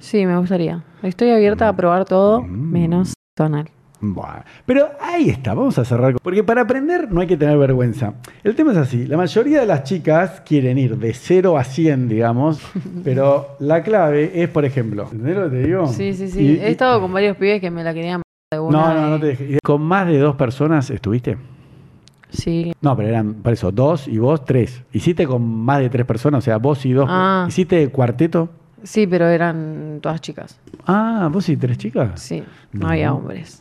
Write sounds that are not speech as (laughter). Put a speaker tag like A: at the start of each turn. A: Sí, me gustaría. Estoy abierta a probar todo
B: Mm.
A: menos tonal.
B: Bueno, pero ahí está, vamos a cerrar. con- Porque para aprender no hay que tener vergüenza. El tema es así, la mayoría de las chicas quieren ir de 0 a
A: (laughs)
B: 100, digamos, pero la clave es, por ejemplo, ¿entendés lo que te digo?
A: Sí, sí, sí.
B: Oh. Y-
A: He
B: y-
A: estado con varios pibes que me la querían de una.
B: No, no, no
A: y-
B: te dejé. ¿Y ¿Con más de dos personas estuviste?
A: Sí.
B: No, pero eran, por eso, dos y vos tres. ¿Hiciste con más de tres personas? O sea, vos y dos.
A: Ah.
B: ¿Hiciste cuarteto?
A: Sí, pero eran todas chicas.
B: Ah, vos y tres chicas.
A: Sí, no
B: No.
A: había hombres.